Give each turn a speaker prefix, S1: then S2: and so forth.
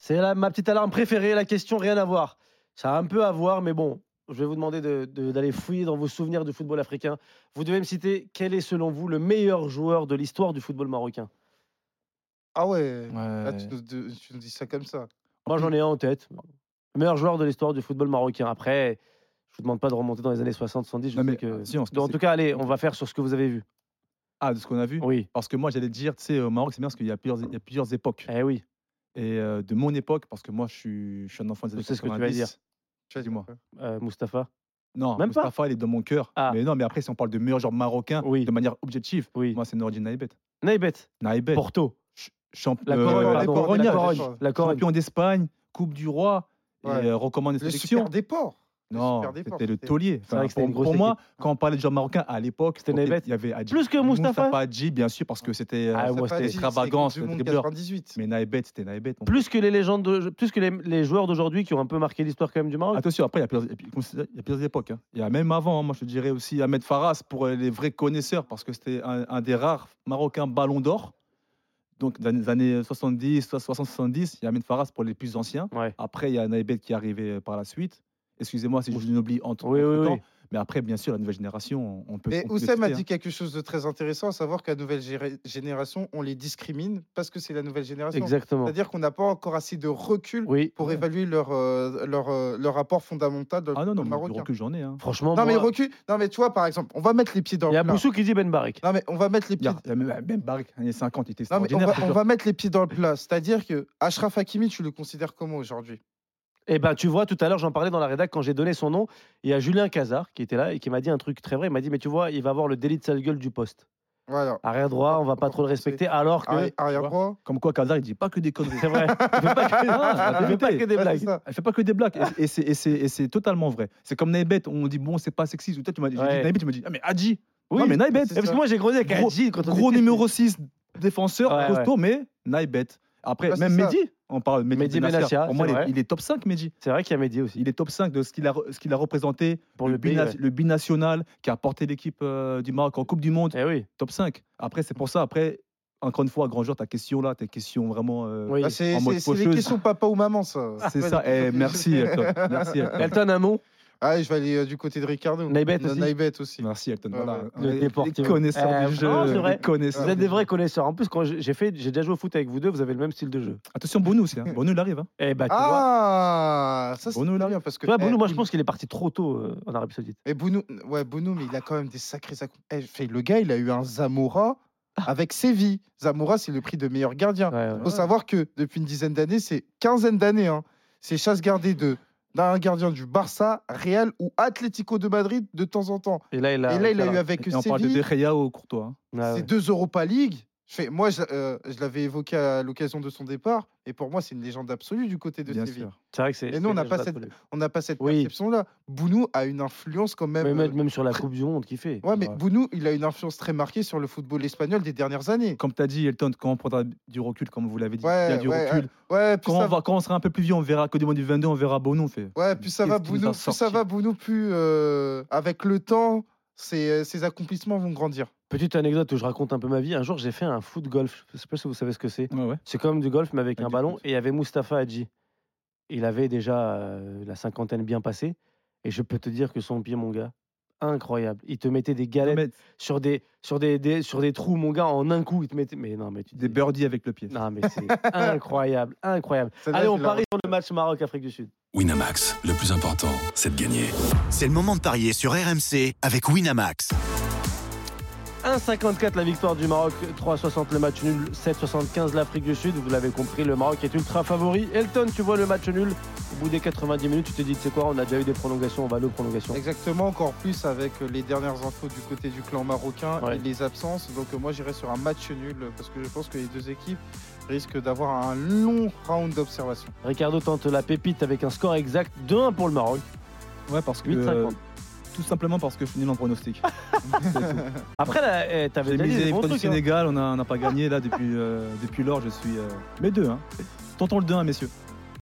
S1: C'est la- ma petite alarme préférée, la question rien à voir. Ça a un peu à voir, mais bon, je vais vous demander de- de- d'aller fouiller dans vos souvenirs du football africain. Vous devez me citer quel est selon vous le meilleur joueur de l'histoire du football marocain.
S2: Ah ouais,
S3: Ouais.
S2: là, tu, nous, tu- tu nous dis ça comme ça.
S1: Moi j'en ai un en tête. Le meilleur joueur de l'histoire du football marocain. Après, je vous demande pas de remonter dans les années 60-70. Je
S3: Non,
S1: sais
S3: mais,
S1: que...
S3: ah, si, on se-
S1: en
S3: c'est-
S1: tout cas, allez, on va faire sur ce que vous avez vu.
S3: Ah, de ce qu'on a vu
S1: Oui.
S3: Parce que moi, j'allais dire, tu sais, au Maroc, c'est bien parce qu'il y, a plusieurs- il y a plusieurs époques.
S1: Eh oui.
S3: Et euh, de mon époque, parce que moi, je suis, je suis un enfant des années
S1: Je sais ce que tu vas dire.
S3: 90.
S2: Tu vois,
S3: Dis-moi.
S1: Euh, Mustapha.
S3: Non,
S1: Même
S3: Même
S1: pas
S3: Mustafa, il est dans mon cœur.
S1: Ah.
S3: Mais non, mais après, si on parle de meilleur joueur marocain,
S1: Oui.
S3: de manière objective,
S1: Oui.
S3: moi, c'est Nordin Naïbet.
S1: Naibet.
S3: Naïbet,
S1: Porto.
S3: ch- champ-
S1: La
S3: euh,
S1: Corogne.
S2: la
S1: pardon.
S2: Corogne,
S1: La
S2: la
S1: Corogne.
S2: Corogne.
S1: La Corogne.
S3: champion d'Espagne, Coupe du Roi,
S2: Ouais.
S3: et euh, recommande
S2: Le
S3: les
S2: super
S3: sélections.
S2: déport. le
S3: Non,
S2: super déport,
S3: c'était le
S2: c'était-
S3: taulier.
S1: C'est vrai que
S3: Enfin,
S1: c'était
S3: pour,
S1: une grosse
S3: pour moi, quand on parlait de joueurs marocains à l'époque,
S1: C'était
S3: ok,
S1: Naïbet.
S3: il y avait Adji.
S1: Plus que Mustafa.
S3: Mustafa Adji, bien sûr, parce que c'était. euh,
S1: Ah, moi, c'était
S2: Ça fait dix,
S3: extravagant,
S2: c'est Coupe
S3: c'était
S2: du monde
S3: dribbleur.
S2: 98.
S3: Mais Naïbet, c'était Naïbet. mon
S1: Plus que les légendes, de- plus que les, les joueurs d'aujourd'hui qui ont un peu marqué l'histoire quand même du
S2: Ah,
S1: Maroc.
S3: Attention, après, il y a plusieurs, et puis, comme c'est- il y a plusieurs époques. hein. Il y a même avant, hein, moi je dirais aussi Ahmed Faras pour euh, les vrais connaisseurs, parce que c'était un, un des rares Marocains ballon d'or. Donc, dans les années 70, 60-70, il y a Ahmed Faras pour les plus anciens.
S1: Ouais.
S3: Après, il y a Naïbet qui est arrivé euh, par la suite. Excusez-moi si je l'oublie entre,
S1: Oui, oui,
S3: entre-temps.
S1: oui.
S3: Mais après, bien sûr, la nouvelle génération, on on peut.
S2: Mais
S3: on peut
S2: Oussem a
S3: discuter,
S2: dit quelque chose de très intéressant, à savoir qu'à nouvelle géré- génération, on les discrimine parce que c'est la nouvelle génération.
S1: Exactement.
S2: C'est-à-dire qu'on n'a pas encore assez de recul
S1: Oui.
S2: pour
S3: Ouais.
S2: évaluer leur, euh, leur, euh, leur apport fondamental dans
S3: hein.
S2: le
S3: Ah non, non,
S2: football
S3: mais du
S2: marocain.
S3: recul, j'en ai. hein.
S1: Franchement.
S2: Non mais,
S1: moi,
S2: recul... non, mais tu vois, par exemple, on va mettre les pieds dans
S1: il y
S2: le
S1: a
S2: plat.
S1: Boussou qui dit Ben Barik.
S2: Non, mais on va mettre les
S3: Il y
S2: pieds
S3: a, il y a même, même Barrick, années 50, il était
S2: Non, mais on,
S3: extraordinaire.
S2: va,
S3: ce
S2: on
S3: joueur.
S2: va mettre les pieds dans le plat. C'est-à-dire que Ashraf Hakimi, tu le considères comment aujourd'hui
S1: Eh ben, tu vois, tout à l'heure, j'en parlais dans la rédac quand j'ai donné son nom. Il y a Julien Cazard qui était là et qui m'a dit un truc très vrai. Il m'a dit, mais tu vois, il va avoir le délit de sale gueule du poste.
S2: Voilà.
S1: Arrière droit, on va pas trop le respecter, alors que.
S2: Arri- Arrière droit.
S3: Comme quoi, Kazar, il dit pas que des conneries.
S1: C'est vrai. Il fait pas que,
S3: Ah,
S1: il fait pas
S3: arrêtez.
S1: que des
S2: Ouais, c'est
S1: blagues.
S2: ça.
S3: Elle fait pas que des blagues. et- Et, c'est- et c'est- et c'est totalement vrai. C'est comme Naïbet, on dit bon, c'est pas sexiste. Ou peut-être tu m'as dit, j'ai dit
S1: Ouais.
S3: Naïbet, tu m'as dit, ah mais Adji.
S1: Oui.
S3: non, mais Naïbet.
S1: Eh, parce que moi, j'ai grandi avec
S3: Gros-
S1: Hadji quand on
S3: Gros
S1: était-
S3: numéro 6, défenseur,
S1: Ouais, ouais.
S3: costaud, mais Naïbet. Après,
S2: Ouais, c'est
S3: même
S2: ça.
S3: Mehdi, on parle de Mehdi,
S1: Mehdi
S3: Benassia.
S1: Benassia,
S3: Pour moi,
S1: c'est
S3: il est-
S1: vrai.
S3: il est top 5, Mehdi.
S1: C'est vrai qu'il y a Mehdi aussi.
S3: Il est top 5 de ce qu'il a, re- ce qu'il a représenté,
S1: Pour le
S3: bina-
S1: pays. ouais.
S3: le binational qui a porté l'équipe euh, du Maroc en Coupe du Monde,
S1: Eh oui.
S3: top 5. Après, c'est pour ça, après, encore une fois, grand joueur, ta question là, tes questions vraiment. euh,
S1: Oui. Ah,
S2: Bah, c'est
S3: en mode
S2: c'est- c'est les
S3: faucheuse.
S2: questions papa ou maman, ça.
S3: C'est
S2: Ouais,
S3: ça.
S2: les questions
S3: Eh,
S2: que-
S3: merci, Elton. Merci, Elton.
S1: Elton Hamon,
S2: Ah, je vais aller euh, du côté de Ricardo.
S1: Naïbet
S2: Na-
S1: aussi.
S2: Naïbet aussi.
S3: Merci Elton.
S2: Ouais,
S3: Voilà,
S2: ouais.
S3: on
S1: Le
S3: est des
S1: déportivo.
S3: connaisseurs
S1: Euh,
S3: du jeu.
S1: non, c'est
S3: des
S1: vrai.
S2: Ah,
S3: connaisseurs
S1: Vous êtes
S3: du
S1: des
S3: jeu.
S1: vrais connaisseurs. En plus, quand j'ai j'ai fait, j'ai déjà joué au foot avec vous deux, vous avez le même style de jeu.
S3: Attention Bono aussi. Hein. Bono il arrive. Hein.
S1: Eh ben, tu vois.
S2: Ah, ça c'est
S3: Bono, là.
S2: bien parce que.
S1: Tu vois,
S2: eh,
S1: Bounou, moi, je
S2: il-
S1: pense qu'il est parti trop tôt euh, en Arabie Saoudite.
S2: Mais Bounou, ouais, Bounou, mais il a quand même des sacrés. acc- Eh, fait, le gars, il a eu un Zamora avec Séville. Zamora, c'est le prix de meilleur gardien.
S1: Ouais, Ah, ouais.
S2: Il faut savoir que depuis une dizaine d'années, c'est quinzaine d'années, hein, c'est chasse gardée de d'un gardien du Barça, Real ou Atlético de Madrid de temps en temps.
S1: Et là, il a.
S2: Et là, il a eu avec
S3: Et on parle de
S2: Séville
S3: De Gea au Courtois. hein.
S1: Ouais, Ah ouais.
S2: ces deux Europa League. Je fais, moi, je, euh, je l'avais évoqué à l'occasion de son départ, et pour moi, c'est une légende absolue du côté de
S3: Bien
S2: Séville.
S3: sûr.
S1: C'est vrai que c'est.
S2: Et nous, on
S1: c'est
S2: n'a
S1: une
S2: pas
S1: légende
S2: cette-
S1: absolue.
S2: On n'a pas cette
S1: Oui.
S2: perception-là. Bounou a une influence quand même.
S1: Mais
S2: euh,
S1: même, même sur la Coupe du Monde, qui fait.
S2: Ouais, mais Bounou, il a une influence très marquée sur le football espagnol des dernières années.
S3: Comme tu as dit Elton, quand on prendra du recul, comme vous l'avez dit,
S2: Ouais,
S3: il y a du
S2: ouais,
S3: recul.
S2: Ouais, plus
S3: Quand,
S2: ça
S3: on va- quand on sera un peu plus vieux, on verra que du monde du 22, on verra Bono. On fait.
S2: Ouais, plus ça
S3: Qu'est-ce
S2: va,
S3: qui nous a
S2: Bounou, plus ça
S3: sorti
S2: va, Bounou, plus euh, avec le temps, ses, euh, ses accomplissements vont grandir.
S1: Petite anecdote où je raconte un peu ma vie. Un jour, j'ai fait un foot golf. Je sais pas si vous savez ce que c'est.
S3: Ouais, ouais.
S1: C'est comme du golf, mais avec
S3: Avec
S1: un
S3: du
S1: ballon.
S3: foot.
S1: Et il y avait Mustapha Hadji. Il avait déjà euh, la cinquantaine bien passée. Et je peux te dire que son pied, mon gars, incroyable. Il te mettait des galettes
S3: Mettre
S1: sur, des, sur, des, des- sur des trous, mon gars, en un coup. Il te mettait. Mais non, mais tu te
S3: Des
S1: dis-
S3: birdies avec le pied.
S1: Non, mais c'est incroyable, incroyable.
S2: Celle-là,
S1: Allez,
S2: je
S1: on
S2: la
S1: parie sur le match Maroc-Afrique du Sud.
S4: Winamax, le plus important, c'est de gagner.
S5: C'est le moment de parier sur RMC avec Winamax.
S1: 1,54 la victoire du Maroc, 3,60 le match nul, 7,75 l'Afrique du Sud. Vous l'avez compris, le Maroc est ultra favori. Elton, tu vois le match nul. Au bout des 90 minutes, tu te dis, tu sais quoi, on a déjà eu des prolongations, on va aller aux prolongations.
S2: Exactement, encore plus avec euh, les dernières infos du côté du clan marocain
S1: Ouais.
S2: et les absences. Donc euh, moi j'irai sur un match nul euh, parce que je pense que les deux équipes risquent d'avoir un long round d'observation.
S1: Ricardo tente la pépite avec un score exact 2-1 pour le Maroc,
S3: Ouais, parce que.
S1: 8,50.
S3: euh, tout simplement parce que je suis nul en pronostic.
S1: Après, là, eh, t'avais
S3: J'ai
S1: déjà Ah, dit
S3: misé
S1: des bons
S3: contre le
S1: trucs, hein.
S3: Sénégal, on a- on n'a pas gagné là depuis, euh, depuis lors, je suis. euh, mais deux, hein. Tentons le 2-1, messieurs.